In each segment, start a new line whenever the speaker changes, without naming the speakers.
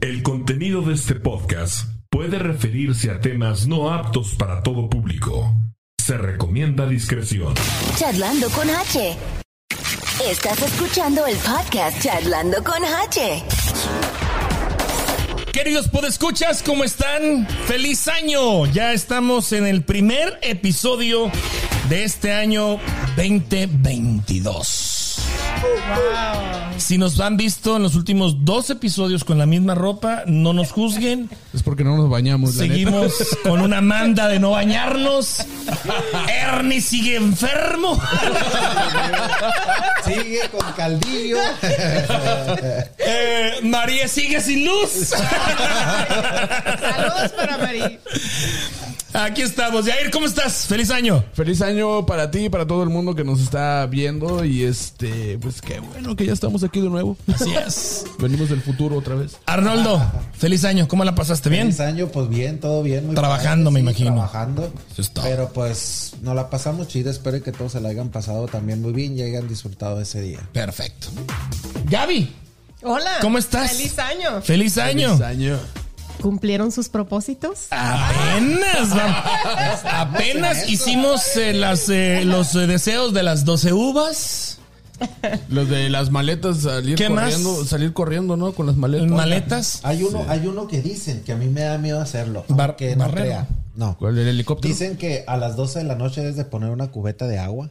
El contenido de este podcast puede referirse a temas no aptos para todo público. Se recomienda discreción.
Charlando con H. Estás escuchando el podcast Charlando con H.
Queridos podescuchas, ¿cómo están? ¡Feliz año! Ya estamos en el primer episodio de este año 2022. Si nos han visto en los últimos dos episodios con la misma ropa, no nos juzguen.
Es porque no nos bañamos, la neta.
Seguimos con una manda de no bañarnos. Ernie sigue enfermo.
Sigue con caldillo.
Eh, María sigue sin luz.
Saludos para María.
Aquí estamos. Yair, ¿cómo estás? ¡Feliz año!
Feliz año para ti y para todo el mundo que nos está viendo. Y este, pues qué bueno que ya estamos aquí de nuevo.
Así es.
Venimos del futuro otra vez.
Arnoldo, feliz año. ¿Cómo la pasaste? ¿Bien?
Feliz año, pues bien, todo bien. muy
Trabajando, me imagino.
Trabajando.
Eso es todo.
Pero pues no la pasamos chida. Espero que todos se la hayan pasado también muy bien y hayan disfrutado de ese día.
Perfecto. Gaby,
Hola.
¿Cómo estás?
Feliz año.
feliz año.
Feliz año.
¿Cumplieron sus propósitos?
Apenas, va- apenas hicimos eh, las, eh, los eh, deseos de las 12 uvas.
Los de las maletas, salir
¿Qué más?
corriendo, salir corriendo, ¿no? Con las maletas.
Maletas.
Hay uno, hay uno que dicen que a mí me da miedo hacerlo.
Bar-
que no
Barrera.
crea. No.
¿Cuál? ¿El helicóptero?
Dicen que a las 12 de la noche debes de poner una cubeta de agua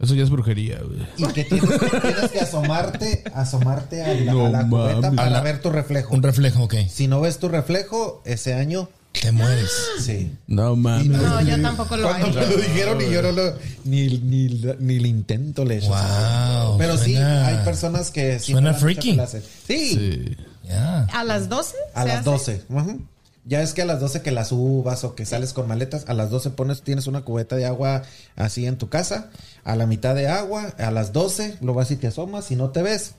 Eso ya es brujería, güey.
y que tienes, tienes que asomarte, asomarte a la,
No
a la cubeta
mames.
para
A la-
ver tu reflejo.
Un reflejo, ok.
Si no ves tu reflejo, ese año,
Te mueres.
sí.
No mames.
No, yo tampoco lo
Cuando
hago.
me lo dijeron y yo no lo. Ni, ni, ni el intento le he hecho.
Wow,
Pero sí,
suena-
hay personas que. sí
suena
me dan mucha
freaky.
clase. Sí,
Sí.
Ya.
¿A las 12?
a
se
las
hace?
12. ujú. Ya es que a las 12 que las uvas o que sales con maletas, a las 12 pones, tienes una cubeta de agua así en tu casa, a la mitad de agua, a las 12 lo vas y te asomas, si no te ves.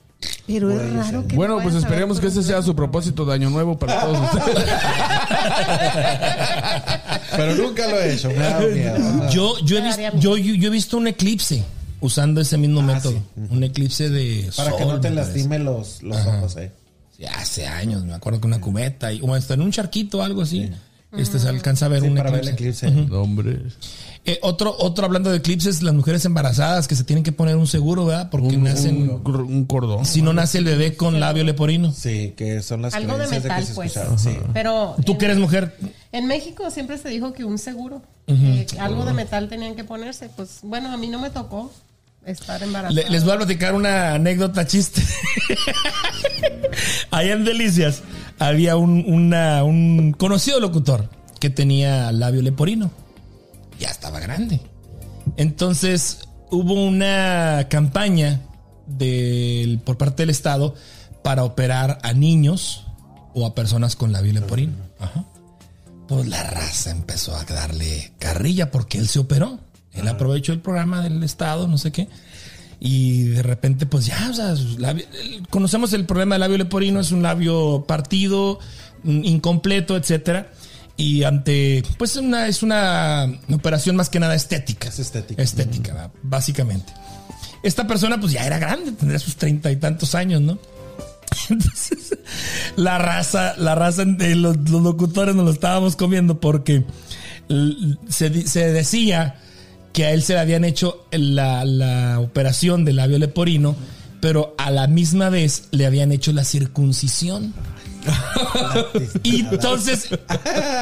Pero es raro que.
Bueno,
no
pues
puedas
esperemos
saber
que ese sea su propósito de año nuevo para todos ustedes.
Pero nunca lo he hecho, me da miedo.
Yo, yo, he visto, yo, yo- yo he visto un eclipse usando ese mismo método. Un eclipse de.
Ah, Para que
sol,
no te
me parece.
lastime los, los ojos, eh.
Sí, hace años, me acuerdo que una cubeta y o hasta en un charquito o algo así. Este se alcanza a ver
Sí,
un
para ver el
eclipse.
eclipse.
No, hombre.
Eh, otro, otro hablando de eclipses, las mujeres embarazadas que se tienen que poner un seguro, ¿verdad? Porque nacen,
Un, cor- un cordón.
si no nace el bebé con labio leporino.
Sí, que son las
Algo de
creencias
metal,
que se
pues.
escucharon. Sí.
Pero.
Tú
en-
que eres mujer,
En México siempre se dijo que un seguro. que algo de metal tenían que ponerse. Pues bueno, a mí no me tocó estar embarazada.
le- les voy a platicar una anécdota chiste. Allá en Delicias había un, una- un conocido locutor que tenía labio leporino. Ya estaba grande. Entonces hubo una campaña del- por parte del Estado para operar a niños o a personas con labio leporino. Ajá. Pues la raza empezó a darle carrilla porque él se operó. Él aprovechó el programa del Estado, no sé qué. Y de repente, pues ya, o sea, sus labios- el- conocemos el problema del labio leporino, es un labio partido, mm, incompleto, etcétera. Y ante, pues una, es una operación más que nada estética.
Es estética.
Estética, ¿verdad? básicamente. Esta persona, pues ya era grande, tendría sus treinta y tantos años, ¿no? Entonces, la raza, la raza, de los, los locutores nos lo estábamos comiendo porque l- se, di- se decía que a él se le habían hecho la, la operación del labio leporino, pero a la misma vez le habían hecho la circuncisión. Y entonces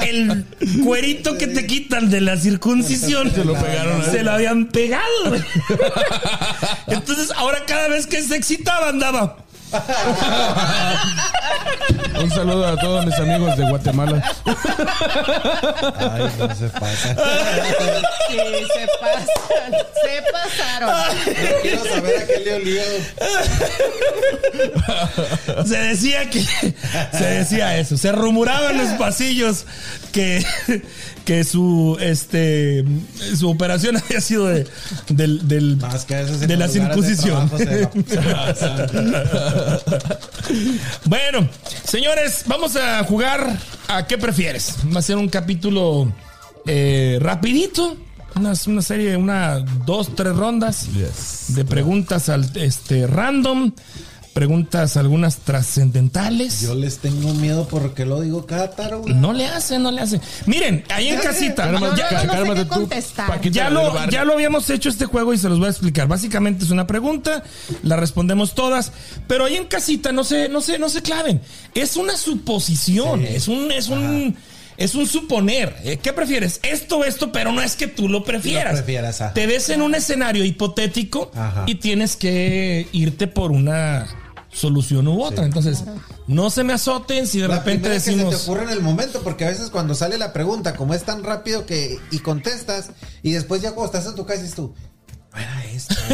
el cuerito que te quitan de la circuncisión se lo pegaron, se lo habían pegado. güey. Entonces ahora cada vez que se excitaba andaba.
Un saludo a todos mis amigos de Guatemala.
Ay, no se pasa.
Sí, se pasan. Se pasaron.
Quiero saber a qué le olió.
Se decía que se decía eso, se rumoraba en los pasillos que, que su este su operación había sido de del, del-
No, es que a veces en
de la
los lugares de
circuncisión.
trabajo se- se pasan.
Bueno, señores, vamos a jugar a qué prefieres. Va a ser un capítulo eh, rapidito, una, una serie, una dos tres rondas de preguntas al este random. preguntas algunas trascendentales.
Yo les tengo miedo porque lo digo cada tarde.
No le hace, no le hace. Miren, ahí en casita.
Yo no-
ya-
yo no sé
cálmate
qué
tú,
contestar.
Paquita.
ya
del
lo,
barrio.
ya lo habíamos hecho este juego y se los voy a explicar. Básicamente es una pregunta, la respondemos todas, pero ahí en casita no se, no se, no se claven. Es una suposición, es un, es un, es un suponer. Eh, ¿Qué prefieres? Esto, esto, pero no es que tú lo prefieras.
Lo prefieras, ajá.
Te ves en un escenario hipotético
Ajá.
y tienes que irte por una solución u otra. Entonces, no se me azoten si de
La
repente
primera
decimos.
que se te ocurre en el momento, porque a veces cuando sale la pregunta, como es tan rápido que y contestas, y después ya cuando estás en tu casa dices tú, "No era esto.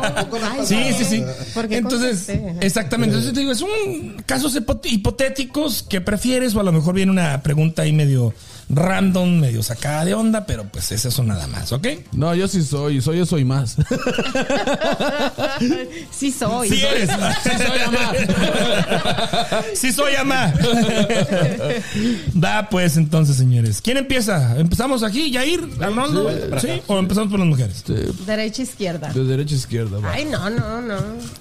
Tampoco nos
ay,
pasa
Sí,
nada".
sí, sí.
¿Por qué
Entonces,
contesté? Ajá.
exactamente. Entonces te digo, es un casos hipo- hipotéticos que prefieres o a lo mejor viene una pregunta ahí medio random, medio sacada de onda, pero pues es eso nada más, ¿ok?
No, yo sí soy, soy eso y más.
Sí soy.
Sí eres. Sí soy ama. Sí soy ama. Va pues entonces, señores. ¿Quién empieza? ¿Empezamos aquí, Yair? ¿Arnoldo? ¿Sí? ¿O empezamos por las mujeres?
Derecha izquierda.
De derecha a izquierda, va.
Ay, no, no, no.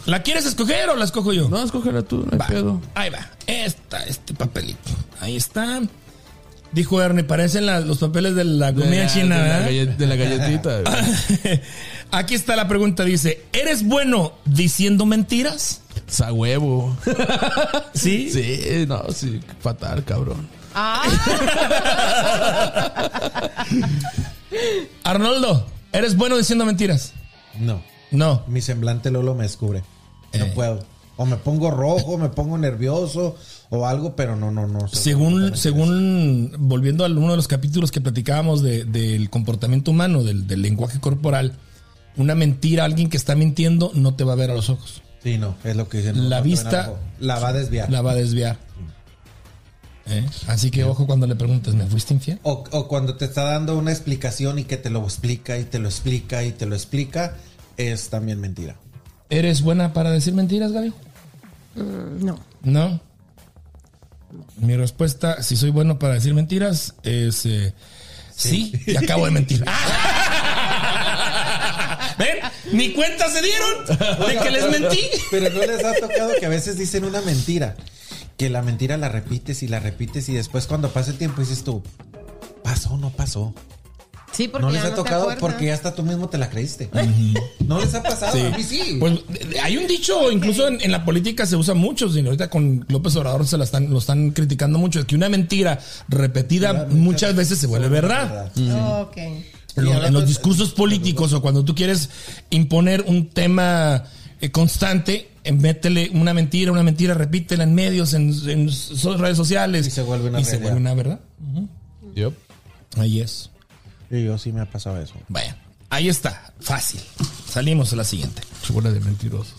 ¿La quieres escoger o la escojo yo?
No, escógela tú, no hay
Va,
pedo.
Ahí va. Esta, este papelito. Ahí está. Dijo Ernie, parecen la- los papeles de la comida
De la-
china,
de la,
¿verdad?
gallet- de la galletita. güey.
Aquí está la pregunta, dice, ¿eres bueno diciendo mentiras?
Sa huevo.
Sí.
Sí, no, sí, fatal, cabrón.
Ah.
Arnoldo, ¿eres bueno diciendo mentiras?
No,
No.
mi semblante Lolo me descubre. No
Eh.
puedo. O me pongo rojo, me pongo nervioso o algo, pero no, no, no.
Según, según, volviendo a uno de los capítulos que platicábamos de- del comportamiento humano, del, del lenguaje corporal, una mentira, alguien que está mintiendo, no te va a ver a los ojos.
Sí, no, es lo que dicen.
La
No,
vista-
no, la va a desviar.
La va a desviar. ¿Eh? Así que ojo cuando le preguntes, ¿me fuiste infiel?
O, o cuando te está dando una explicación y que te lo explica y te lo explica y te lo explica, es también mentira.
¿Eres buena para decir mentiras, Gaby?
Mm, No.
No. Mi respuesta, si soy bueno para decir mentiras, es eh, sí. y acabo de mentir. ¿Ven? Ni cuenta se dieron de que les mentí.
Pero no les ha tocado que a veces dicen una mentira. Que la mentira la repites y la repites y después cuando pasa el tiempo dices tú, pasó, no pasó.
Sí, porque
no
ya
les ha
te
tocado
acuerdas.
porque ya hasta tú mismo te la creíste. No les ha pasado, a mí sí.
Pues eh, hay un dicho, incluso en, en la política se usa mucho, y ahorita con López Obrador se la están, lo están criticando mucho, que una mentira repetida muchas veces se vuelve verdad.
Ok.
Lo-
Y ahora,
en los
pues,
discursos políticos o cuando tú quieres imponer un tema eh, constante, eh, métele una mentira, una mentira, repítela en medios, en, en so- redes sociales.
Y se vuelve una
Y se
realidad.
vuelve una verdad.
Yup.
Ahí es.
Y yo sí me ha pasado eso.
Bueno, ahí está. Fácil. Salimos a la siguiente.
Chubola de mentirosos.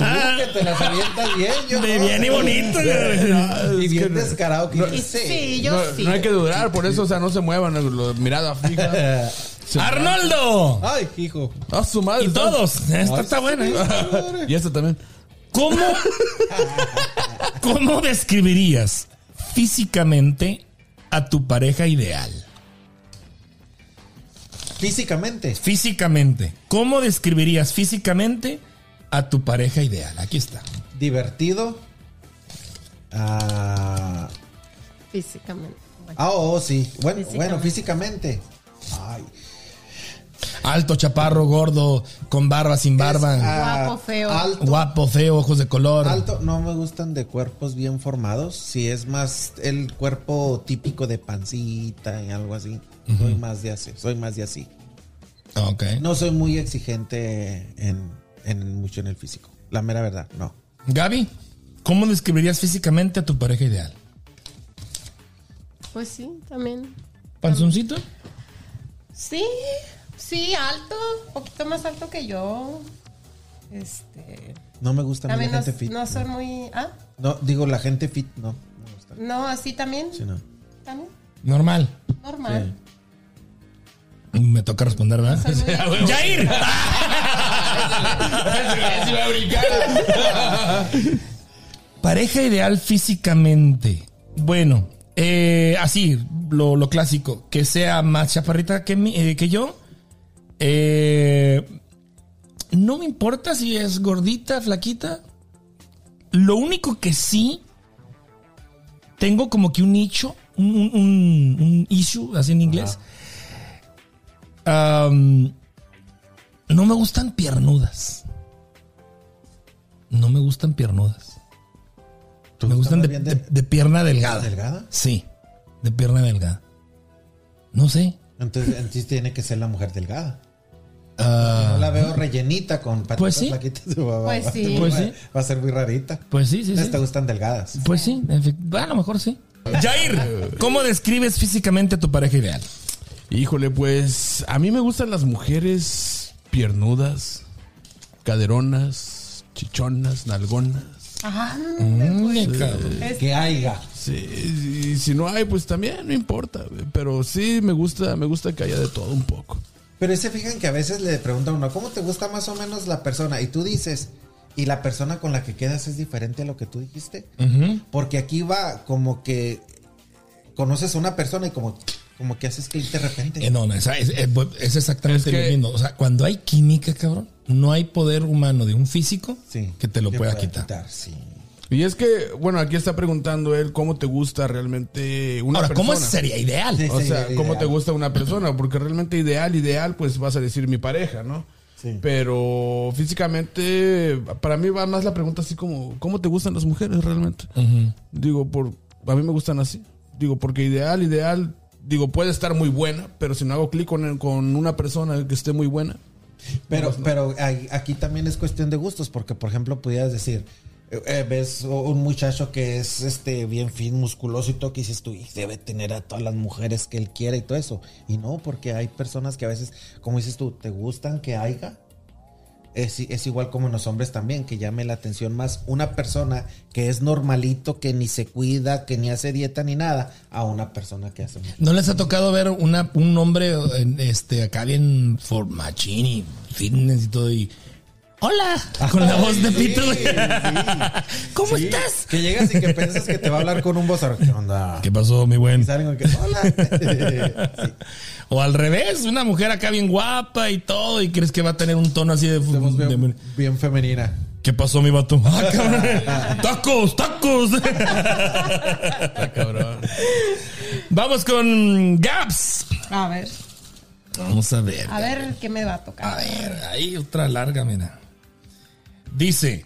Ah,
Que te las avientas bien, yo
de
no.
bien y bonito. güey.
Y bien descarado que
Y
dice,
Pues sí, yo
No,
sí.
no hay que durar, por eso, o sea, no se muevan, lo- mirada fija.
Arnoldo.
Ay, hijo.
A su madre.
Y todos. Esta está buena. ¿eh?
Y esta también.
¿Cómo, ¿Cómo describirías físicamente a tu pareja ideal?
Físicamente.
Físicamente. ¿Cómo describirías físicamente a tu pareja ideal? Aquí está.
divertido. Ah,
Físicamente. Bueno.
ah, oh, sí. Bueno,
Físicamente.
bueno, físicamente. Ay.
Alto, chaparro, gordo, con barba, sin barba.
Ah,
Guapo, feo.
Alto,
Guapo, feo, ojos de color.
alto. No me gustan de cuerpos bien formados. Si es más el cuerpo típico de pancita y algo así. Soy más de así. Soy más de así.
Ok.
No soy muy exigente en, en mucho en el físico. La mera verdad, no.
Gaby, ¿cómo describirías físicamente a tu pareja ideal?
Pues sí, también.
¿Panzoncito?
Sí, sí, alto. poquito más alto que yo. Este.
No me gusta a mí
También
la
no,
gente fit.
no son muy. Ah,
No, digo, la gente fit, no. No me gusta.
no, así también.
Sí, no.
También.
Normal.
Normal.
Me toca responder, ¿verdad? Ah,
Soy muy-
¡Jair! Pareja ideal físicamente. Bueno, eh, así, lo, lo clásico. Que sea más chaparrita que, mí- eh, que yo. Eh, no me importa si es gordita, flaquita. Lo único que sí tengo como que un nicho, un, un- un- un issue, así en inglés. Am, no me gustan piernudas. No me gustan piernudas.
¿Te
me
gusta
gustan
más
de,
bien
de- de pierna delgada.
delgada?
Sí, de pierna delgada. No sé.
Entonces, entonces tiene que ser la mujer delgada.
Ah,
No la veo rellenita con patitas
Pues sí.
flaquitas. Va, va-
Pues
va-
sí.
Pues
va-
sí.
Va a ser muy rarita.
pues sí, sí,
Entonces
sí.
te gustan delgadas.
Pues sí, en fin, a lo mejor sí. Jair, ¿cómo describes físicamente a tu pareja ideal?
Híjole, pues a mí me gustan las mujeres piernudas, caderonas, chichonas, nalgonas.
Ah, no, no,
Mm, cabrón.
es-
Que haya.
Sí, y si no hay, pues también no importa, pero sí me gusta, me gusta que haya de todo un poco.
Pero se fijan que a veces le pregunta a uno, ¿cómo te gusta más o menos la persona? Y tú dices, y la persona con la que quedas es diferente a lo que tú dijiste. Porque aquí va como que conoces a una persona y como, como que haces que de repente.
Eh, no, no, esa- es, es- es exactamente
Es que-
lo mismo. O sea, cuando hay química, cabrón, no hay poder humano de un físico
Sí.
que te lo pueda, quitar.
sí.
Y es que, bueno, aquí está preguntando él cómo te gusta realmente una
Ahora,
persona.
¿cómo sería ideal?
Sí.
O sea,
Sería
cómo
ideal.
te gusta una persona, porque realmente ideal, ideal, pues vas a decir mi pareja, ¿no?
Sí.
Pero físicamente, para mí va más la pregunta así como, ¿cómo te gustan las mujeres realmente? Digo, por, a mí me gustan así. Digo, porque ideal, ideal, digo, puede estar muy buena, pero si no hago clic con, con una persona que esté muy buena,
Pero, pero ahí- aquí también es cuestión de gustos, porque por ejemplo pudieras decir, eh, eh, ves o- un muchacho que es este bien fin, musculoso y todo, que dices tú, "Y debe tener a todas las mujeres que él quiera y todo eso. Y no, porque hay personas que a veces, como dices tú, te gustan que haya. Es, i- es igual como en los hombres también, que llame la atención más una persona que es normalito, que ni se cuida, que ni hace dieta ni nada, a una persona que hace mucho.
¿No les ha tocado ver una, un hombre en, este, acá bien for machine y fitness y todo y... ¡Hola! Con la voz de Pito. güey. ¿Cómo
Sí,
estás?
Que llegas y que piensas que te va a hablar con un vozarrón. ¿Qué onda?
¿Qué pasó, mi buen?
Y salen con que, hola.
O al revés, una mujer acá bien guapa y todo, y crees que va a tener un tono así de...
Te
fu-
ves
de-
bien, bien femenina.
¿Qué pasó, mi vato? Ah, cabrón. ¡Tacos, tacos! Ah,
cabrón.
Vamos con Gaps.
A ver,
Vamos a ver.
a ver qué me va a tocar.
A ver, ahí otra larga, mira. Dice,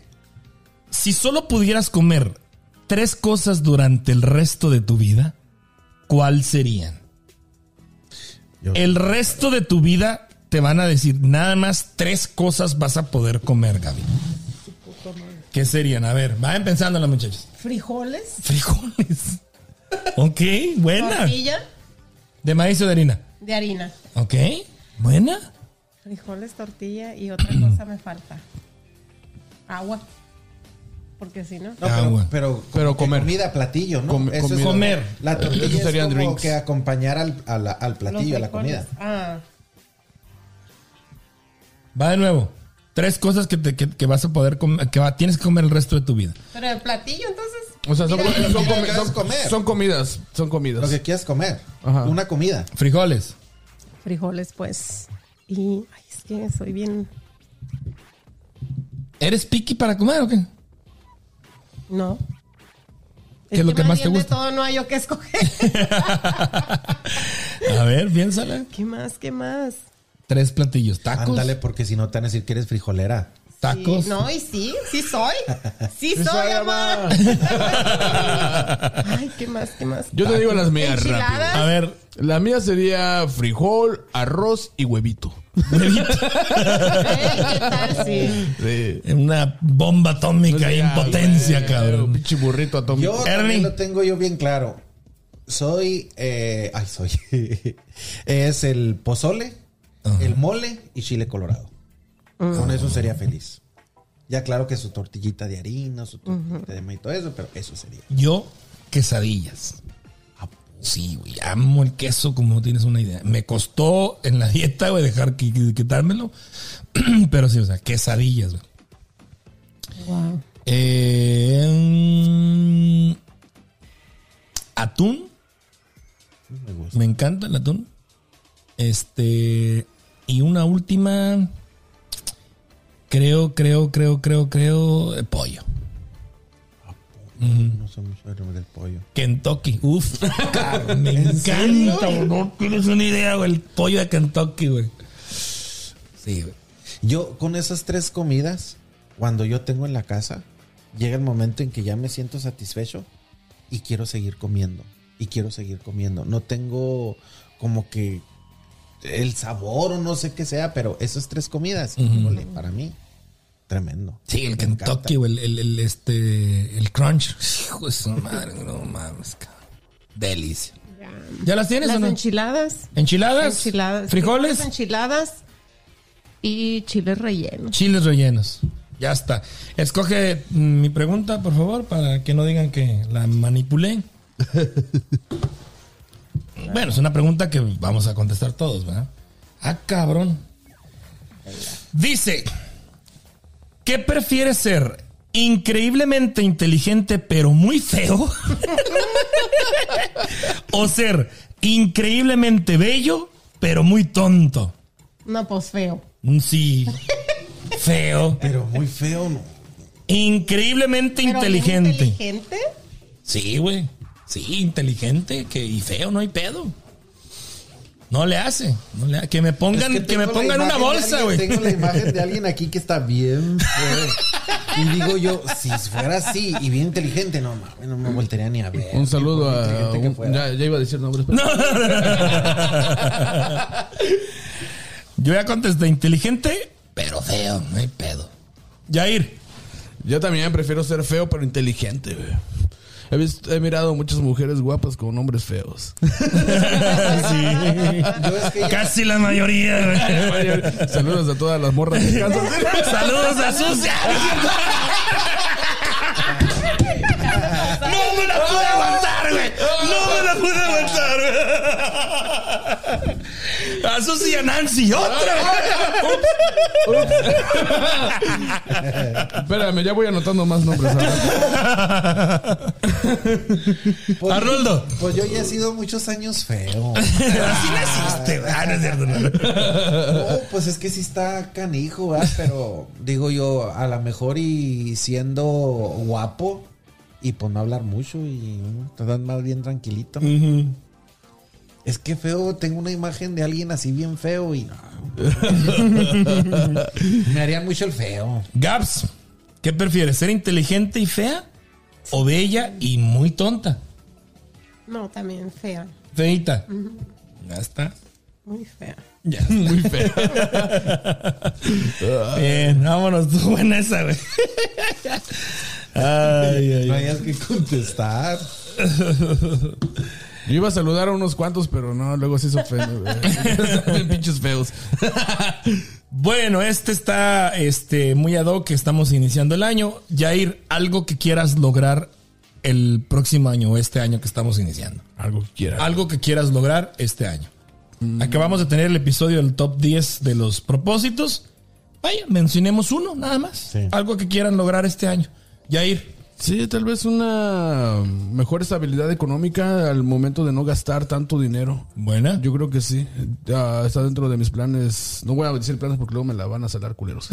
si solo pudieras comer tres cosas durante el resto de tu vida, ¿cuál serían?
Yo-
El resto de tu vida te van a decir, nada más tres cosas vas a poder comer, Gaby. ¿Qué serían? A ver, vayan pensando las muchachas.
Frijoles,
Frijoles. Ok, buena.
tortilla
De maíz o de harina.
de harina.
Ok, buena.
Frijoles, tortilla y otra cosa me falta. Agua. Porque si no.
No,
Agua.
pero, pero, como
Pero
que
comer.
comida, platillo, ¿no?
Com- comida.
Comer.
La tortilla
Esos serían
es como
drinks.
que acompañar al, a la- al
los
platillo, a la comida.
frijoles. Ah,
Va de nuevo. Tres cosas que, te- que- que vas a poder comer, que va- tienes que comer el resto de tu vida.
pero el platillo entonces.
O sea, son,
Mira,
son
lo que
comi-
quieras
son-
comer.
son comidas, son comidas.
Lo que quieras comer.
Ajá.
Una comida.
Frijoles.
Frijoles, pues. Y ay, es que soy bien.
¿Eres picky para comer o qué?
No.
¿Qué es lo que
más
más te
bien de
gusta?
todo no hay yo que escoger.
A ver, piénsale.
¿Qué más? ¿Qué más?
Tres platillos. Tacos.
Ándale, porque si no te van a decir que eres frijolera.
Tacos.
Sí, no, y sí, sí soy. Sí soy,
soy,
amor.
amor.
Ay, ¿qué más? ¿Qué más?
Yo te digo las mías rápido.
Enchiladas.
A ver.
La mía sería frijol, arroz y huevito.
Ey, ¿Qué tal? Sí.
Sí.
Una bomba atómica ahí en
Ya,
potencia,
güey, un
cabrón.
Pinche burrito atómico.
Yo
Ernie.
también lo tengo yo bien claro. Soy, eh, ay, soy. es el pozole, el mole y chile colorado. Con eso sería feliz. Ya claro que su tortillita de harina, su tortillita de maíz y todo eso, pero eso sería.
Yo, quesadillas. Ah, Sí, güey. Amo el queso, como no tienes una idea. Me costó en la dieta, güey, dejar qui- qui- quitármelo. Pero sí, o sea, quesadillas, güey.
Wow.
Eh, mm, atún.
Me gusta.
Me encanta el atún. Este. Y una última. Creo, creo, creo, creo, creo. eh, pollo.
No sé mucho del pollo.
Kentucky. Uf. car- me encanta, bro. No tienes una idea, güey. El pollo de Kentucky, güey. Sí, güey.
Yo con esas tres comidas, cuando yo tengo en la casa, llega el momento en que ya me siento satisfecho y quiero seguir comiendo. Y quiero seguir comiendo. No tengo como que el sabor o no sé qué sea, pero esas tres comidas, híjole, para mí, tremendo.
Sí, el
Me
Kentucky,
encanta.
güey. El, el- el, este, el crunch. Hijo de su madre, no mames, cabrón. Delicia. ¿Ya las tienes o
Las
no?
enchiladas.
¿Enchiladas?
Enchiladas.
¿Frijoles?
Frijoles, Enchiladas y chiles rellenos.
Chiles rellenos. Ya está. Escoge mm, mi pregunta, por favor, para que no digan que la manipulé. bueno, es una pregunta que vamos a contestar todos, ¿verdad? Ah, cabrón. Dice, ¿qué prefieres ser? ¿Increíblemente inteligente pero muy feo? ¿O ser increíblemente bello pero muy tonto?
No, pues feo.
Mm, Sí. Feo.
Pero muy feo, ¿no?
Increíblemente
Pero bien
inteligente.
Inteligente.
Sí, güey. Sí, inteligente que, y feo, no hay pedo. No le hace. no le ha- que me pongan,
Es
que me
tengo la
pongan una
imagen de
bolsa,
alguien-
güey.
Tengo la imagen de alguien aquí que está bien feo. Y digo yo, si fuera así y bien inteligente, no mames, no me voltearía ni a ver.
Un saludo a.
Por muy inteligente que
un-
fuera.
ya, ya iba a decir nombres.
No.
pero-
Yo ya contesté inteligente, pero feo, no hay pedo. Jair.
Yo también prefiero ser feo, pero inteligente, güey. He, visto- he mirado muchas mujeres guapas con hombres feos.
Sí.
Yo es que ya-
Casi la mayoría, güey.
Saludos a todas las morras de Kansas.
Saludos a Sucia. No me la pude aguantar, güey. No me la pude aguantar. güey. A Sucia y a Nancy, otra.
Espérame, ya voy anotando más nombres. ahora.
pues-
Arnoldo.
Pues yo ya he sido muchos años feo.
Así naciste, güey. Ah, no es cierto, no.
No, pues es que sí está canijo, ¿verdad? Pero digo yo, a lo mejor y siendo guapo y pues no hablar mucho y ¿no? te dan más bien tranquilito. Es que feo, tengo una imagen de alguien así bien feo y no. me harían mucho el feo.
Gaps, ¿qué prefieres? ¿Ser inteligente y fea? ¿O bella y muy tonta?
No, también fea.
Feita. Ya está.
Muy fea.
Ya. Muy feo. Bien, Eh, vámonos, tú buena esa, güey. Ay, ay,
No
ay.
hayas que contestar.
Yo iba a saludar a unos cuantos, pero no, luego sí se ofende, güey. Pinches feos.
Bueno, este está este, muy ad hoc, que estamos iniciando el año. Jair, algo que quieras lograr el próximo año o este año que estamos iniciando.
Algo que quiera.
Algo que quieras lograr este año. Acabamos de tener el episodio del top 10 de los propósitos. Vaya, mencionemos uno, nada más. Algo que quieran lograr este año. Jair,
Sí, tal vez una mejor estabilidad económica al momento de no gastar tanto dinero.
buena.
Yo creo que sí. Ya está dentro de mis planes. No voy a decir planes porque luego me la van a salar culeros.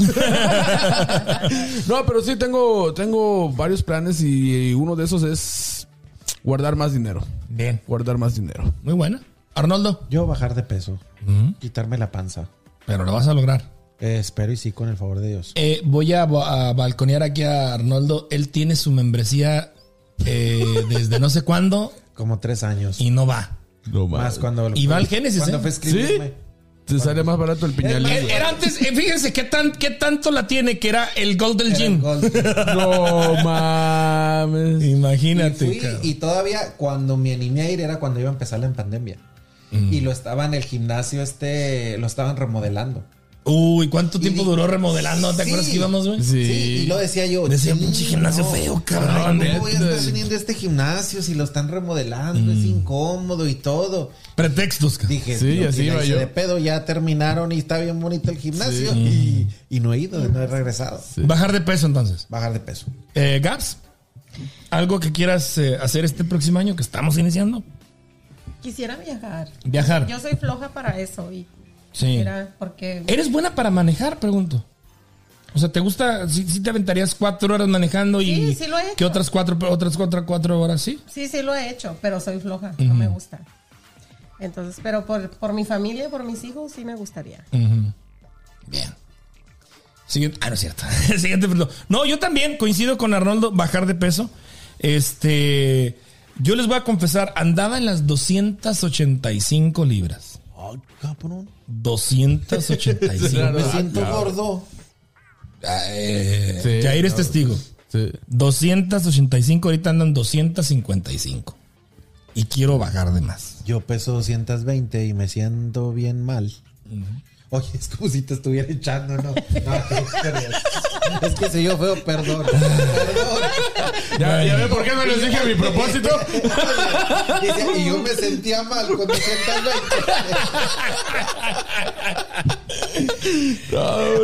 no, pero sí tengo, tengo varios planes y uno de esos es guardar más dinero.
Bien.
Guardar más dinero.
Muy buena. Arnoldo.
Yo bajar de peso, quitarme la panza.
Pero lo vas a lograr.
Eh, espero y sí, con el favor de Dios.
Eh, voy a, ba- a balconear aquí a Arnoldo. Él tiene su membresía eh, desde no sé cuándo
Como tres años.
y no va.
No
más cuando
Y va al Génesis,
Cuando
¿eh?
fue escribirme.
¿Sí? Te sale más barato el
Eh,
piñalín.
Era antes, eh, fíjense qué, tan, qué tanto la tiene que era el gol del
Era el
gym.
gol.
No mames.
Imagínate.
Fui
cabrón.
y todavía cuando me animé a ir era cuando iba a empezar la pandemia.
Mm.
Y lo estaba en el gimnasio este, lo estaban remodelando.
Uy, ¿cuánto tiempo
di-
duró remodelando? ¿Te
Sí.
acuerdas que íbamos, güey?
Sí.
Sí. y lo decía yo.
Decía,
"Sí,
pinche gimnasio feo, cabrón,
¿Cómo voy a estar
neta".
viniendo a este gimnasio si lo están remodelando?
Mm.
Es incómodo y todo.
Pretextos, cabrón.
Dije,
Sí,
"No,
así
y la
iba
hice
yo.
de pedo ya terminaron y está bien bonito el gimnasio. Y, y no he ido, no he regresado.
Bajar de peso entonces.
Bajar de peso.
Eh, Gaps, ¿algo que quieras eh, hacer este próximo año que estamos iniciando?
Quisiera viajar.
Viajar.
Yo soy floja para eso y
Sí. Eh.
mira, porque
¿Eres buena para manejar? Pregunto. O sea, ¿te gusta? Si te aventarías cuatro horas manejando y
Sí, sí lo he hecho.
que otras cuatro, otras cuatro, cuatro horas, sí.
Sí, sí lo he hecho, pero soy floja, no me gusta. Entonces, pero por, por mi familia, por mis hijos, sí me gustaría.
Bien. Siguiente. Ah, no es cierto. Siguiente punto. No, yo también coincido con Arnoldo, bajar de peso. Este. Yo les voy a confesar, andaba en las 285 libras.
Ay, cabrón.
285.
Me siento gordo.
Eh,
Sí,
Jair es
no.
testigo.
Sí.
285, ahorita andan 255. Y quiero bajar de más.
Yo peso 220 y me siento bien mal. Oye, es como si te estuviera echando, ¿no? No, es, que- es que si yo veo, perdón.
Ya, ya ve por qué no les dije mi propósito.
Perdón. Dice, y yo me sentía mal con 220.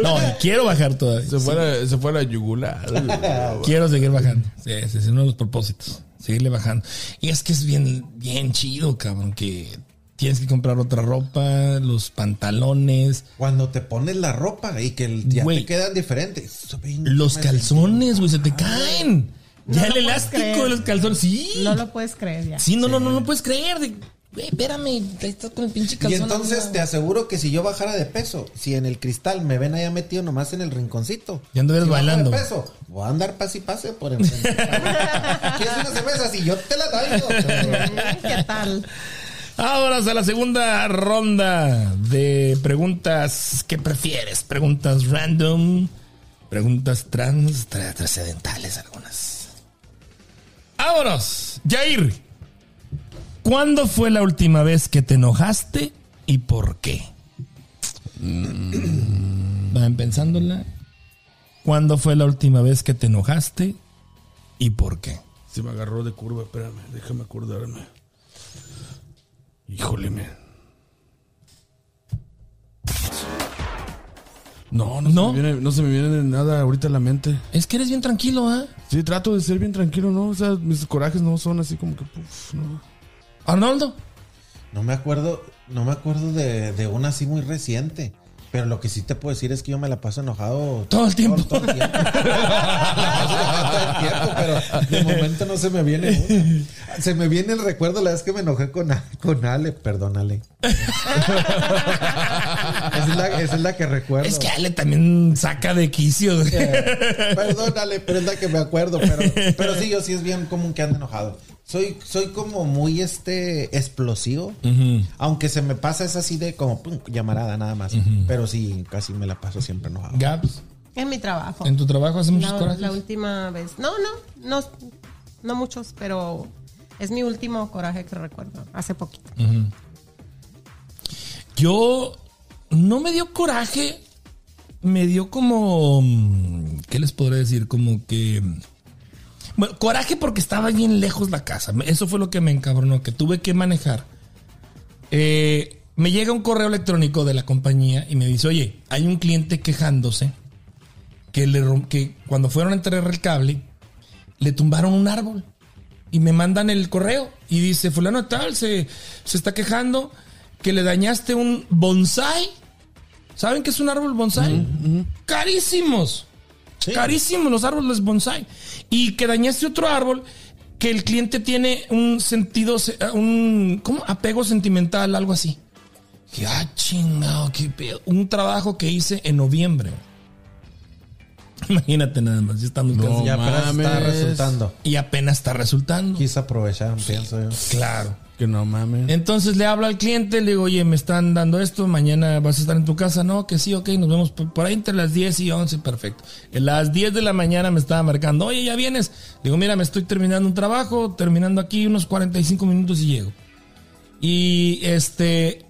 No, y quiero bajar todavía.
Se fue, la, se fue la yugular.
Quiero seguir bajando. Sí, ese es uno de los propósitos. Seguirle bajando. Y es que es bien, bien chido, cabrón, que tienes que comprar otra ropa, los pantalones,
Cuando te pones la ropa y que el- ya
Güey.
te quedan diferentes. Eso, pinche,
los
Pues
me
calzones, güey, se te caen.
No
Ya
lo
el
puedes
elástico
creer.
de los calzones, sí.
No lo puedes creer ya.
sí, no, no, no, no puedes creer. de, Güey, espérame, ahí estás con el pinche
Y
calzón.
entonces te aseguro que si yo bajara de peso, si en el cristal me ven allá metido nomás en el rinconcito.
Ya anduvieras
si bajo
bailando.
De peso, voy a andar pase y pase por enfrente. ¿Quieres una cerveza? Si yo te la doy.
Mm, ¿Qué tal?
Ahora a la segunda ronda de preguntas. ¿Qué prefieres? Preguntas random, preguntas trans, tra- trascendentales algunas. Vámonos, Jair. ¿Cuándo fue la última vez que te enojaste y por qué? Mm. Van pensándola. ¿Cuándo fue la última vez que te enojaste y por qué?
Se me agarró de curva, espérame, déjame acordarme. Híjole, me. No, no,
¿No?
Se me viene, no se me viene nada ahorita a la mente.
Es que eres bien tranquilo, ¿ah?
Sí, trato de ser bien tranquilo, ¿no? O sea, mis corajes no son así como que, puf, no.
Arnoldo.
No me acuerdo, no me acuerdo de, de una así muy reciente. Pero lo que sí te puedo decir es que yo me la paso enojado
Todo el tiempo.
Todo, el tiempo. Me la paso enojado todo el tiempo, pero de momento no se me viene. una. Se me viene el recuerdo la vez que me enojé con, A- con Ale. Perdón, Ale. esa, es la, esa es la que recuerdo.
Es que Ale también saca de quicio. güey.
Eh, Perdónale, pero es la que me acuerdo. Pero, pero sí, yo sí es bien común que ande enojado. Soy, soy como muy este explosivo. Aunque se me pasa es así de como pum, llamarada nada más. Pero sí, casi me la paso siempre enojado.
Gaps,
En mi trabajo.
en tu trabajo hace muchos
La, la
corajes.
última vez. No, no, no, no muchos, pero es mi último coraje que recuerdo, hace poquito.
Yo no me dio coraje, me dio como, mm, ¿qué les podré decir? Como que, mm, bueno, coraje porque estaba bien lejos la casa. Me- Eso fue lo que me encabronó, que tuve que manejar. Eh, me llega un correo electrónico de la compañía y me dice, oye, hay un cliente quejándose que, le rom- que cuando fueron a enterrar el cable, le tumbaron un árbol. Y me mandan el correo y dice, fulano de tal, se, se está quejando que le dañaste un bonsai. ¿Saben qué es un árbol bonsai? Carísimos. Carísimos los árboles bonsai. Y que dañaste otro árbol que el cliente tiene un sentido, se- un ¿cómo? apego sentimental, algo así. Que ah, chingado, qué pedo. Un trabajo que hice en noviembre. Imagínate nada más, ya estamos cansados.
ya apenas está
mames.
resultando.
Y apenas está resultando.
Quise aprovechar, pienso yo.
Claro.
Que no mames.
Entonces le hablo al cliente, le digo, oye, me están dando esto, mañana vas a estar en tu casa. No, que sí, ok, nos vemos por por ahí entre las 10 y 11, perfecto. A las 10 de la mañana me estaba marcando, oye, ya vienes. Le digo, mira, me estoy terminando un trabajo, terminando aquí unos 45 minutos y llego. Y este,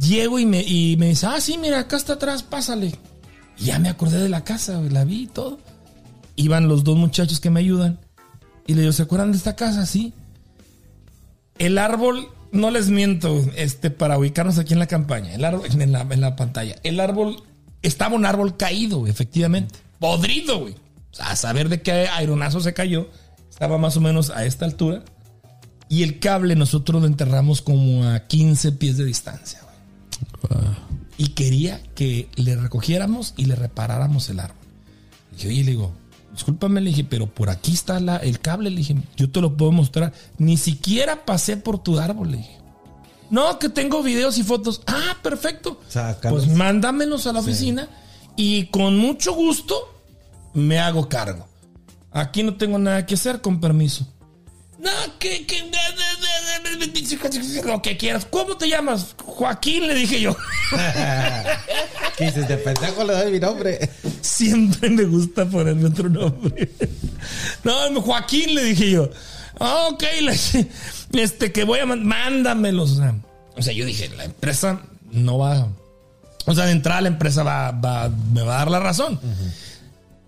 llego y me, y me dice, ah, sí, mira, acá está atrás, pásale. Y ya me acordé de la casa, güey, la vi y todo. Iban los dos muchachos que me ayudan. Y le digo, ¿se acuerdan de esta casa? Sí. El árbol, no les miento, este, para ubicarnos aquí en la campaña, el árbol, en la, en la pantalla, el árbol, estaba un árbol caído, güey, efectivamente. Podrido, güey. A saber de qué aeronazo se cayó. Estaba más o menos a esta altura. Y el cable nosotros lo enterramos como a 15 pies de distancia, güey. Y quería que le recogiéramos y le reparáramos el árbol. dije, oye, le digo, discúlpame, le dije, pero por aquí está la, el cable, le dije, yo te lo puedo mostrar. Ni siquiera pasé por tu árbol, le dije. No, que tengo videos y fotos. Ah, perfecto.
Sácalos.
Pues mándamelos a la oficina y con mucho gusto me hago cargo. Aquí no tengo nada que hacer, con permiso. No, que, que, lo que quieras. ¿Cómo te llamas? Joaquín, le dije yo.
¿Qué dices? De pendejo le doy mi nombre.
Siempre me gusta ponerme otro nombre. No, Joaquín, le dije yo. Ah, ok, le dije, este, que voy a mand- mándamelos. O sea, o sea, yo dije, la empresa no va. O sea, de entrada la empresa va, va- me va a dar la razón.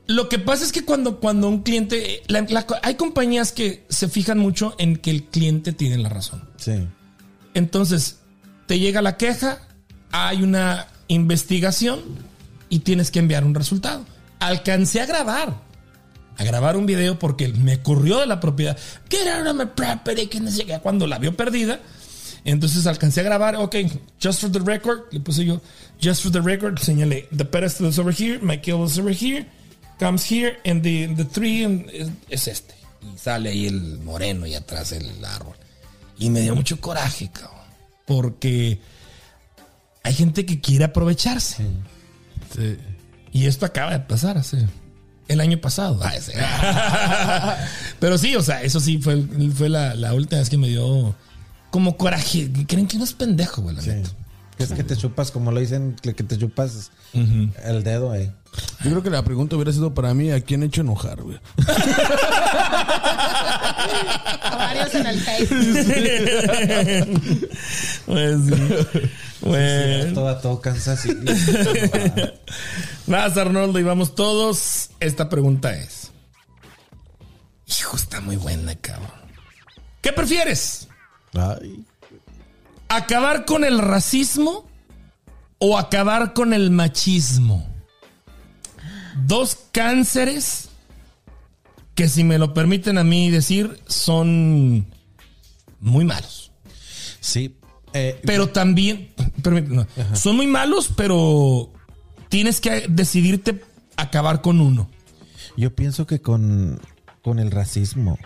Lo que pasa es que cuando, cuando un cliente, la- la- hay compañías que se fijan mucho en que el cliente tiene la razón.
Sí.
Entonces, te llega la queja, hay una investigación y tienes que enviar un resultado. Alcancé a grabar, a grabar un video porque me corrió de la propiedad. Get out of my property, que no sé qué, cuando la vio perdida. Entonces alcancé a grabar, ok, just for the record, le puse yo, just for the record, señalé, the pedestal is over here, my kill is over here, comes here, and the, the tree and- es- es este. Y sale ahí el moreno y atrás el árbol. Y me dio mucho coraje, cabrón. Porque hay gente que quiere aprovecharse.
este,
Y esto acaba de pasar hace el año pasado. Ah, ese. Pero sí, o sea, eso sí fue, fue la, la última vez que me dio como coraje. Creen que uno es pendejo, güey, la neta.
Es que te chupas, como lo dicen, que que te chupas el dedo, eh.
Yo creo que la pregunta hubiera sido para mí, ¿a quién he hecho enojar, güey?
A varios en el Facebook.
Pues, sí. Bueno.
Esto va todo Kansas City.
Vas, Arnoldo, y vamos todos. Esta pregunta es: Hijo, está muy buena, cabrón. ¿Qué prefieres?
Ay.
¿Acabar con el racismo o acabar con el machismo? Dos cánceres que, si me lo permiten a mí decir, son muy malos.
Sí. Eh,
Pero también, permíteme, no, son muy malos, pero tienes que decidirte acabar con uno.
Yo pienso que con, con el racismo.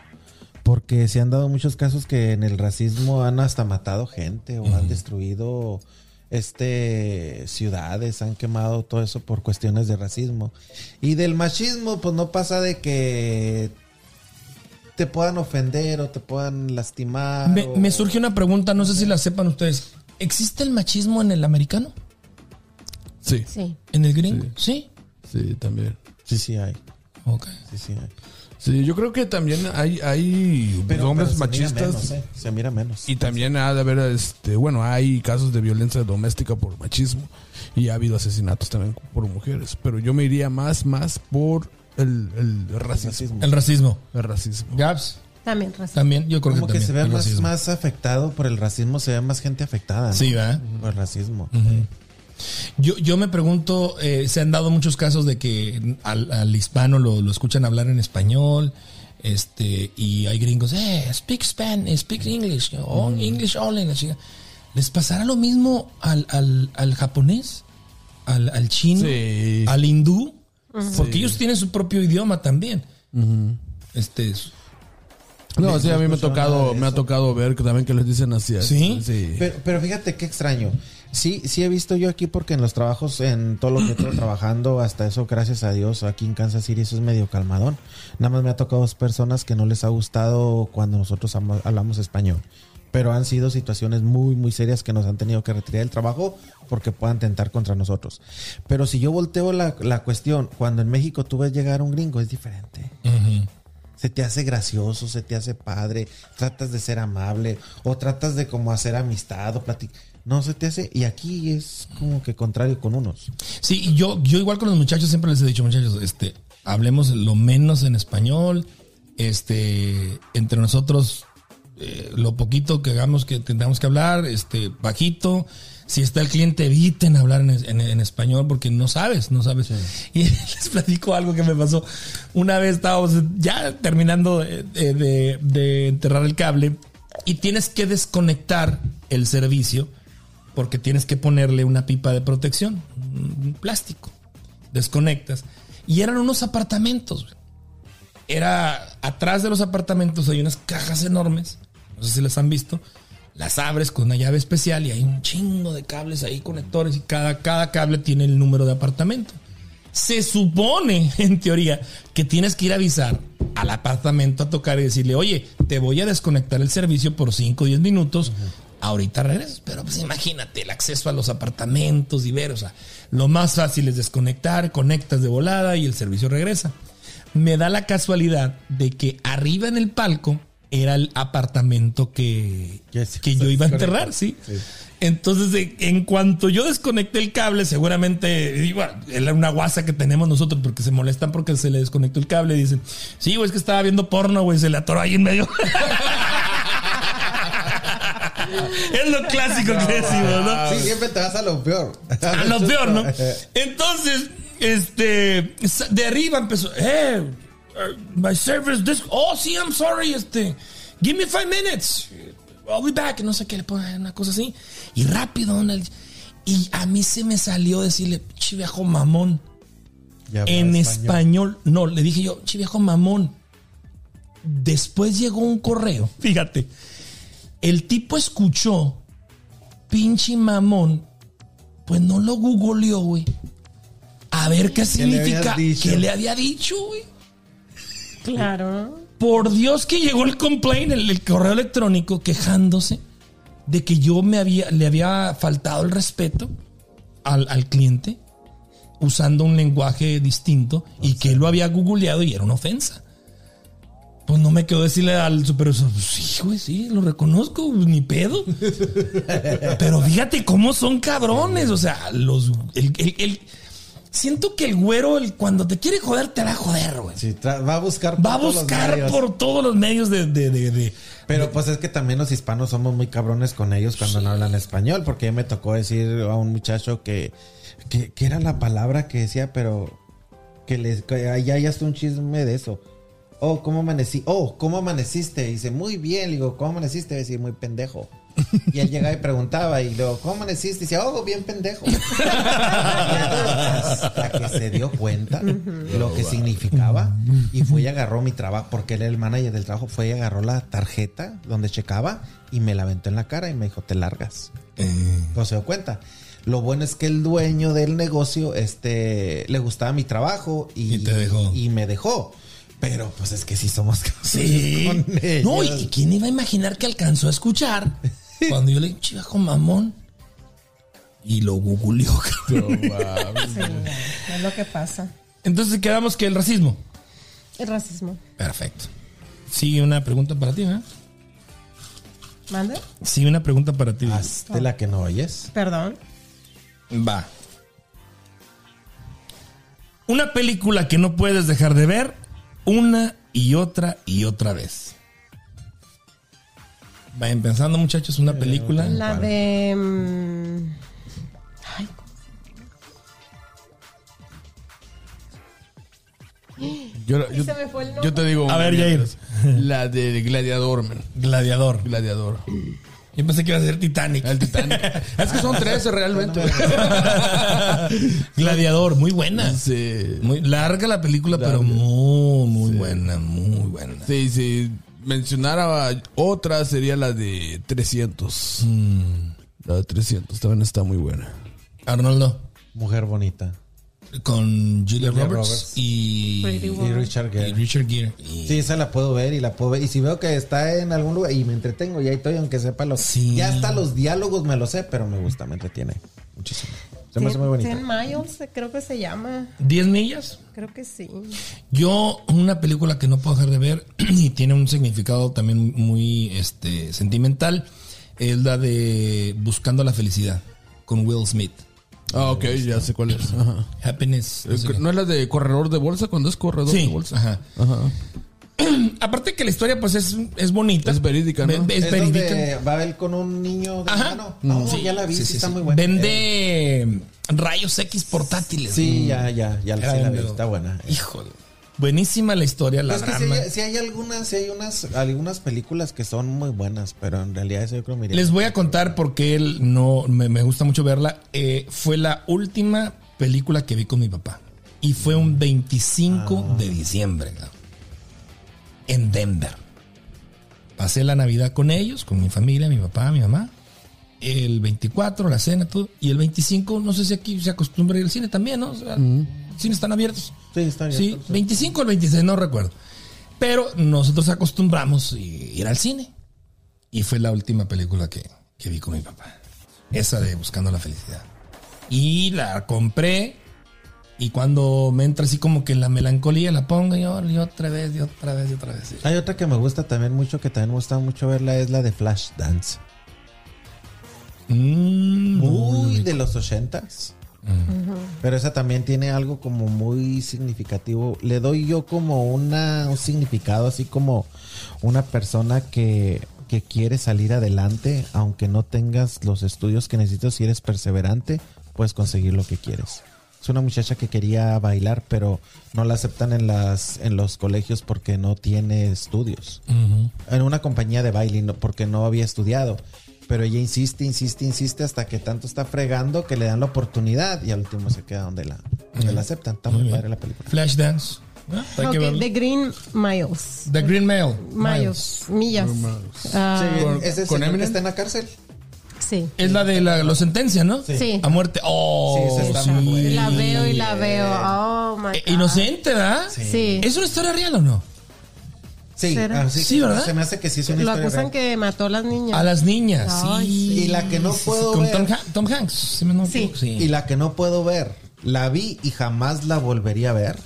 Porque se han dado muchos casos que en el racismo han hasta matado gente o han destruido este ciudades, han quemado todo eso por cuestiones de racismo. Y del machismo, pues no pasa de que te puedan ofender o te puedan lastimar.
Me,
o-
me surge una pregunta, no sé si la sepan ustedes. ¿Existe el machismo en el americano?
Sí,
Sí.
¿En el gringo? Sí.
sí, también.
Sí, sí hay.
Ok.
Sí, sí hay.
Sí, yo creo que también hay, hay
Pero-
hombres
pero se mira
machistas.
menos, eh, Se mira menos.
Y también ha de haber, este, bueno, hay casos de violencia doméstica por machismo y ha habido asesinatos también por mujeres. Pero yo me iría más, más por el, el racismo.
El racismo.
El racismo.
Gaps.
También razón.
También, yo creo
Como
que,
que
también,
se ve
el
más,
racismo.
más afectado por el racismo, se ve más gente afectada. ¿no?
Sí, ¿verdad?
Por el racismo.
Yo, yo me pregunto, eh, se han dado muchos casos de que al, al hispano lo, lo escuchan hablar en español, este, y hay gringos, eh, speak Spanish, speak English, oh,
Mm.
English only. la chica. ¿Les pasará lo mismo al, al, al japonés, al, al chino,
Sí.
al hindú? Porque ellos tienen su propio idioma también. Este es-
No, sí, a mí me ha tocado, me ha tocado ver que también que les dicen así.
¿Sí?
Sí.
Pero, pero fíjate qué extraño. Sí, sí he visto yo aquí porque en los trabajos, en todo lo que estoy trabajando, hasta eso, gracias a Dios, aquí en Kansas City eso es medio calmadón. Nada más me ha tocado dos personas que no les ha gustado cuando nosotros ama- hablamos español. Pero han sido situaciones muy, muy serias que nos han tenido que retirar del trabajo porque puedan tentar contra nosotros. Pero si yo volteo la, la cuestión, cuando en México tú ves llegar un gringo, es diferente. Se te hace gracioso, se te hace padre, tratas de ser amable o tratas de como hacer amistad o platicar. No, se te hace. Y aquí es como que contrario con unos.
Sí, y yo, yo igual con los muchachos siempre les he dicho, muchachos, este, hablemos lo menos en español. Este, entre nosotros, eh, lo poquito que hagamos que tengamos que hablar, este, bajito. Si está el cliente, eviten hablar en, es- en- en español porque no sabes, no sabes. Y les platico algo que me pasó. Una vez estábamos ya terminando de, de- de- de enterrar el cable y tienes que desconectar el servicio porque tienes que ponerle una pipa de protección, un plástico. Desconectas. Y eran unos apartamentos. güey. Era atrás de los apartamentos hay unas cajas enormes. No sé si las han visto. Las abres con una llave especial y hay un chingo de cables ahí, conectores, y cada, cada cable tiene el número de apartamento. Se supone, en teoría, que tienes que ir a avisar al apartamento a tocar y decirle, oye, te voy a desconectar el servicio por 5 o 10 minutos. Ahorita regresas, pero pues imagínate el acceso a los apartamentos y ver, o sea, lo más fácil es desconectar, conectas de volada y el servicio regresa. Me da la casualidad de que arriba en el palco era el apartamento que,
Que se-
que yo iba a enterrar, ¿sí? Entonces, de- en cuanto yo desconecté el cable, seguramente, y bueno, era una guasa que tenemos nosotros porque se molestan porque se le desconectó el cable. Dicen, sí, güey, es que estaba viendo porno, güey, se le atoró ahí en medio. es lo clásico que decimos, ¿no?
Sí, siempre te vas a lo peor.
Ah. A lo peor, ¿no? Entonces, este, sa- de arriba empezó, eh, eh, my service desk, oh, sí, I'm sorry, este, give me five minutes, I'll be back, no sé qué, le ponen una cosa así, y rápido, en el- y a mí se me salió decirle, "Pinche viejo mamón,
Ya habla
en español. No, le dije yo, "Che, viejo mamón. Después llegó un correo. Fíjate. El tipo escuchó, pinche mamón. Pues no lo googleó, güey. A ver qué
le habías
significa.
dicho?
¿Qué le había dicho, güey?
Claro.
Por Dios que llegó el complaint, el, el correo electrónico, quejándose de que yo me había, le había faltado el respeto al, al cliente usando un lenguaje distinto y que él lo había googleado y era una ofensa. Pues no me quedó decirle al supervisor, pues, sí, güey, sí, lo reconozco, pues, ni pedo. Pero fíjate cómo son cabrones, o sea, los... el- el- el- siento que el güero, el- cuando te quiere joder, te va a joder, güey.
Sí, tra- va a buscar por
Va a
todos los
buscar
medios.
por todos los medios de... de, de, de-
Pero pues es que también los hispanos somos muy cabrones con ellos cuando no hablan español, porque ya me tocó decir a un muchacho que, que, que era la palabra que decía, pero que les que allá ya está un chisme de eso. Oh, ¿cómo amanecí? Oh, ¿cómo amaneciste? Y dice, muy bien. Le digo, ¿cómo amaneciste? Dice, muy pendejo. Y él llegaba y preguntaba, y luego, ¿cómo amaneciste? Y dice, oh, bien pendejo. Hasta que se dio cuenta lo que significaba y fue y agarró mi trabajo, porque él era el manager del trabajo, fue y agarró la tarjeta donde checaba y me la aventó en la cara y me dijo, te largas.
Eh.
No se dio cuenta. Lo bueno es que el dueño del negocio este, le gustaba mi trabajo y,
Y te dejó.
y me dejó. Pero pues es que sí somos
Sí.
con ellos.
No, y quién iba a imaginar que alcanzó a escuchar cuando yo le dije, chivajo mamón. Y lo googleó. cabrón.
Sí, es lo que pasa.
Entonces quedamos que el racismo.
El racismo.
Perfecto. Sigue una pregunta para ti, ¿eh?
¿Mande?
Sigue una pregunta para ti.
Hazte la que no oyes.
Perdón.
Va. Una película que no puedes dejar de ver una y otra y otra vez. Vayan pensando, muchachos, una película.
La de. mm, Ay,
Yo, yo-
se me fue el
yo te digo.
A
una
ver, Jair.
mientras. La de Gladiador, man.
Gladiador.
Gladiador.
Yo pensé que iba a ser Titanic.
El Titanic. es que son 13 realmente.
Gladiador, muy buena.
Sí.
Muy larga la película, pero muy, muy buena, muy buena.
Sí, si mencionara otra sería la de 300. La de 300 también está muy buena.
Arnoldo,
Mujer bonita.
con Julia Roberts,
Roberts.
y,
Pretty
Y
Woman.
Richard
y
Gere.
Richard Gere. Y-
Sí, esa la puedo ver y la puedo ver. Y si veo que está en algún lugar y me entretengo y ahí estoy, aunque sepa los.
Sí.
Ya hasta los diálogos me lo sé, pero me gusta, me entretiene muchísimo. Se me hace muy bonita.
Ten Miles, creo que se llama.
¿Diez millas?
Creo que sí.
Yo, una película que no puedo dejar de ver y tiene un significado también muy este, sentimental, es la de Buscando la Felicidad, con Will Smith. Este,
Ah, ok, ya sé cuál es. Ajá. Eh,
Happiness. no sé qué.
¿No es la de corredor de bolsa cuando es corredor
Sí,
de bolsa?
ajá. Aparte que la historia pues es, es bonita.
Es verídica, ¿no?
Ve- Es,
Es
verídica.
donde va a él con un niño de
Ajá.
mano. No, ya la vi,
Sí,
sí,
sí,
está
sí.
muy buena. Eh,
Vende rayos X portátiles.
sí, ya, ya, ya
Era
sí la vi,
vendedor.
está buena. eh.
Híjole. Buenísima la historia, la
Pero es que si
drama.
hay, sí hay algunas, sí hay unas, algunas películas que son muy buenas, pero en realidad eso yo creo que me iría-
Les voy a contar porque él no me, me gusta mucho verla. Eh, fue la última película que vi con mi papá. Y fue un 25
Ah.
de diciembre, cabrón. En Denver. Pasé la Navidad con ellos, con mi familia, mi papá, mi mamá. El 24, la cena, todo. Y el 25, no sé si aquí se acostumbra ir al cine también, ¿no? O sea, los cines están abiertos.
Sí, está
Mm.
bien.
Sí, 25 o el 26, no recuerdo. Pero nosotros acostumbramos i- ir al cine. Y fue la última película que, que vi con mi papá. Esa de Buscando la Felicidad. Y la compré. Y cuando me entra así como que la melancolía, la pongo y, ahora, y otra vez, y otra vez, y otra vez.
Hay otra que me gusta también mucho, que también me gusta mucho verla, es la de Flash Dance.
Mm, no,
Muy
no,
de los ochentas. Pero esa también tiene algo como muy significativo. Le doy yo como una, un significado, así como una persona que, que quiere salir adelante, aunque no tengas los estudios que necesitas, si eres perseverante, puedes conseguir lo que quieres. Es una muchacha que quería bailar, pero no la aceptan en las en los colegios porque no tiene estudios
Ujú.
en una compañía de baile no- porque no había estudiado. Pero ella insiste, insiste, insiste hasta que tanto está fregando que le dan la oportunidad y al último se queda donde la, donde la aceptan. Está muy
bien.
padre la película.
Flashdance. Ah, hay que
Ok,
verlo.
The Green Miles.
The Green Mail.
Miles. Millas. Ah,
Sí,
¿Con-
¿Es el
con
señor que
Eminem?
está en la cárcel?
sí.
Es la de la, la sentencia, ¿no?
Sí.
A muerte. Oh,
Sí, esa está
sí.
muy buena.
La veo y la veo. Oh my
Eh,
God.
Inocente, ¿verdad?
Sí.
¿Es una historia real o no?
Sí,
¿Será?
ah, sí,
Sí, ¿verdad?
Se me hace que sí es una
Lo
historia
acusan
real.
que mató a las niñas.
A las niñas,
Ay,
sí.
sí. Y la que no
Sí, sí,
puedo
Con
ver.
Tom, Han- Tom Hanks. Sí, me no-
Sí.
Y la que no puedo ver, la vi y jamás la volvería a ver,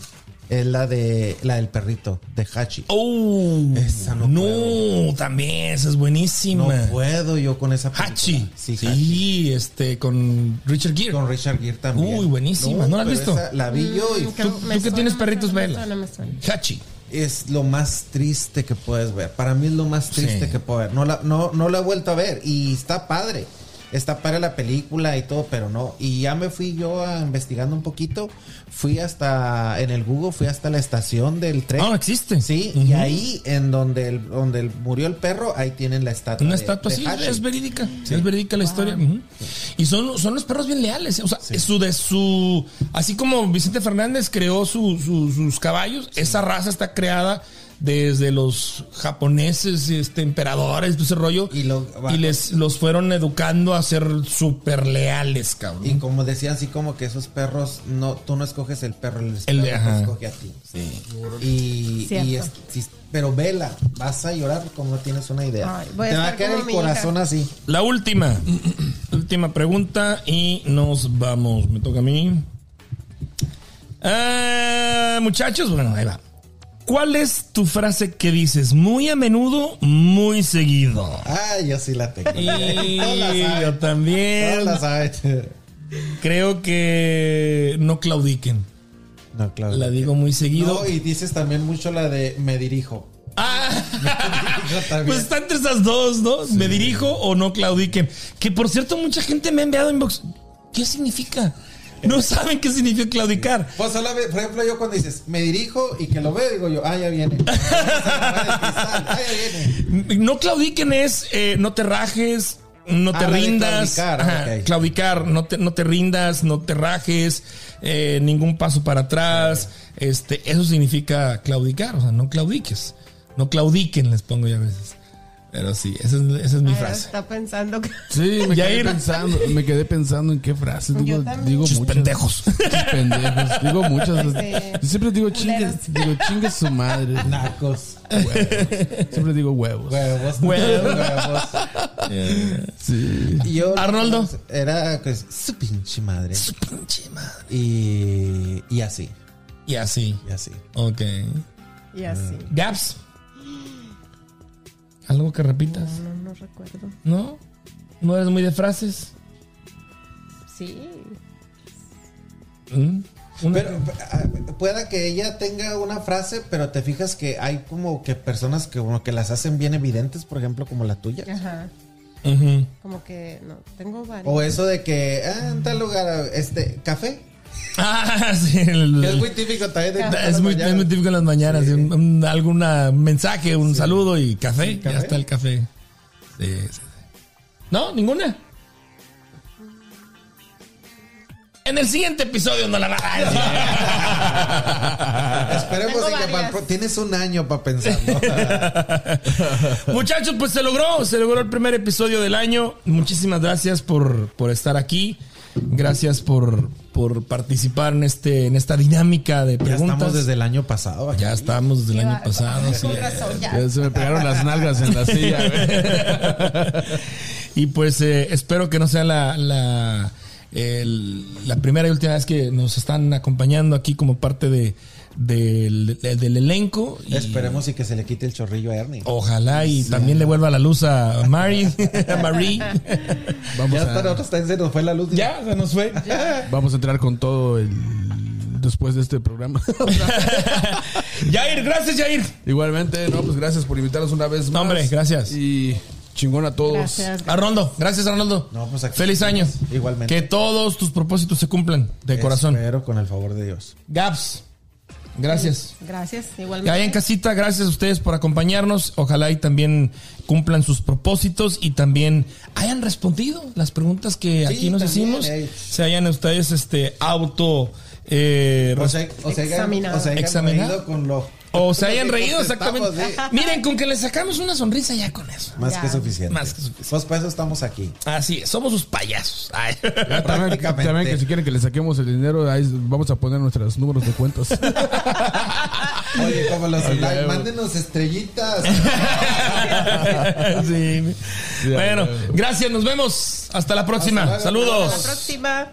es la de la del perrito, de Hachi.
Oh,
Esa no
no,
puedo.
también, esa es
no
buenísima.
puedo yo con esa película.
Hachi.
Sí,
Sí,
Hachi.
este, con Richard Gere.
Con Richard Gere también.
Uy, buenísima, ¿no la has
pero
visto?
esa La vi yo y
Mm,
¿Tú-
me
tú que tienes
me
perritos,
me
vela.
suena, me suena.
Hachi.
es lo más triste que puedes ver. Para mí es lo más triste
Sí.
que puedo ver. No la, no, no la he vuelto a ver y está padre. Está padre la película y todo, pero no. Y ya me fui yo a- investigando un poquito. Fui hasta, en el Google, fui hasta la estación del tren.
Ah, existe.
Sí, y
Ujú.
ahí en donde, el- donde el- murió el perro, ahí tienen la estatua.
Una
de-
estatua
de
así,
Hachi.
es verídica. Es verídica la historia. ujú. Y son, son los perros bien leales. O sea, su de su. Así como Vicente Fernández creó su- su- sus caballos, esa raza está creada desde los japoneses, este, emperadores, todo ese rollo.
Y lo-
y les, los fueron educando a ser súper leales, cabrón.
Y como decían, así como que esos perros, no, tú no escoges el perro, el,
El-
perro
ajá.
te escoge a ti. Y,
Cierto.
y es- sí, pero vela, vas a llorar como no tienes una idea.
Ay, voy a
te va
estar
a quedar
como
el
mi
corazón
hija.
así.
La última. última pregunta y nos vamos. Me toca a mí. Ah, muchachos, bueno, ahí va. ¿Cuál es tu frase que dices muy a menudo, muy seguido?
Ah, yo sí la tengo.
Y
Todas la saben,
yo también.
todas la saben.
Creo que no claudiquen.
No, claro.
La digo muy seguido.
No, y dices también mucho la de me dirijo.
Ah,
Yo también.
pues está entre esas dos, ¿no? Me dirijo o no claudiquen. Que por cierto, mucha gente me ha enviado inbox. ¿Qué significa? No saben qué significa claudicar.
Pues solo, ve- por ejemplo, yo cuando dices me dirijo y que lo veo, digo yo, ah, ya viene. Vamos a grabar el cristal, ah, ya viene.
No claudiquen es eh, no te rajes, no
Ah,
te
la de
rindas.
claudicar,
Ajá,
ok.
claudicar, no te, no te rindas, no te rajes, eh, ningún paso para atrás. Este, eso significa claudicar, o sea, no claudiques. No claudiquen, les pongo ya a veces. Pero sí, esa es, esa es mi
Ay,
frase.
Está pensando que.
Sí, me quedé
Yair.
pensando, me quedé pensando en qué frase. Digo,
Yo también.
digo
Muchos
muchas.
pendejos.
Chis pendejos. Digo muchas.
Sí.
Siempre digo
Culeros.
chingues, digo chingues su madre.
Narcos.
Siempre digo huevos.
Huevos.
Huevos.
Huevos.
Sí.
Y yo-
Arnoldo.
Era pues, su pinche madre.
Su pinche madre.
Y, y así,
Y así.
y así.
Ok.
Y así.
Ah.
Gaps. ¿Algo que repitas?
No, no recuerdo.
¿No? ¿No eres muy de frases?
Sí.
¿Mm? Una-
Pero ah, pueda que ella tenga una frase, pero te fijas que hay como que personas que como que las hacen bien evidentes, por ejemplo, como la tuya.
Ajá.
Ujú.
Como que no. Tengo varios.
O eso de que ah, en tal lugar, este, café.
Ah, sí. el-
Que es muy típico también. de todas
es
las
muy,
mañanas.
es muy típico en las mañanas. Un, un- algún ah, mensaje, un saludo y café. Ya
café.
está el café. Sí, sí, sí. ¿No? ¿Ninguna? En el siguiente episodio no la vas a decir.
Esperemos
Tengo
y que
varias.
pa- tienes un año para pensarlo.
Muchachos, pues se logró, se logró el primer episodio del año. Muchísimas gracias por, por estar aquí. Gracias por, por participar en este en esta dinámica de
ya
preguntas.
estamos desde el año pasado. aquí.
Ya estamos desde el año pasado. sí.
Con razón, ya.
Ya se me pegaron las nalgas en la silla, güey.
Y pues eh, espero que no sea la, la, el- la primera y última vez que nos están acompañando aquí como parte de, del- del- del elenco. Y
Esperemos y que se le quite el chorrillo a Ernie.
Ojalá y también le vuelva la luz a Mary, a Marie.
Vamos,
ya hasta
a,
nosotros también se nos fue la luz.
ya, se nos fue.
vamos a entrar con todo el después de este programa.
Jair, gracias Jair.
Igualmente, no, pues gracias por invitarnos una vez
No,
más.
hombre, gracias.
Y chingón a todos.
Gracias.
Arnoldo, gracias Arnoldo.
No, pues aquí-
Feliz año.
Igualmente.
Que todos tus propósitos se cumplan de corazón.
Pero con el favor de Dios.
Gaps, gracias.
Gracias,
Y ahí en
igualmente.
casita, gracias a ustedes por acompañarnos. Ojalá y también cumplan sus propósitos y también hayan respondido las preguntas que aquí nos
también,
hicimos.
eh.
Se hayan ustedes este auto eh,
O sea, o sea,
Examinado.
o sea, hayan
Examinado.
reído con lo.
o se hayan
lo que
reído
contestamos,
exactamente. Ah.
sí.
Miren, con que le sacamos una sonrisa ya con eso.
Más
Ya.
que suficiente.
Más que suficiente.
Pues para eso estamos aquí.
Así es, somos sus payasos. Ay.
Ya También,
Prácticamente.
también que si quieren que le saquemos el dinero, ahí vamos a poner nuestros números de cuentas.
Oye, como los
Oye,
like,
güey.
mándenos estrellitas.
Sí.
Ya,
Bueno,
ya.
gracias, nos vemos. Hasta la próxima.
Hasta luego.
Saludos.
Hasta la próxima.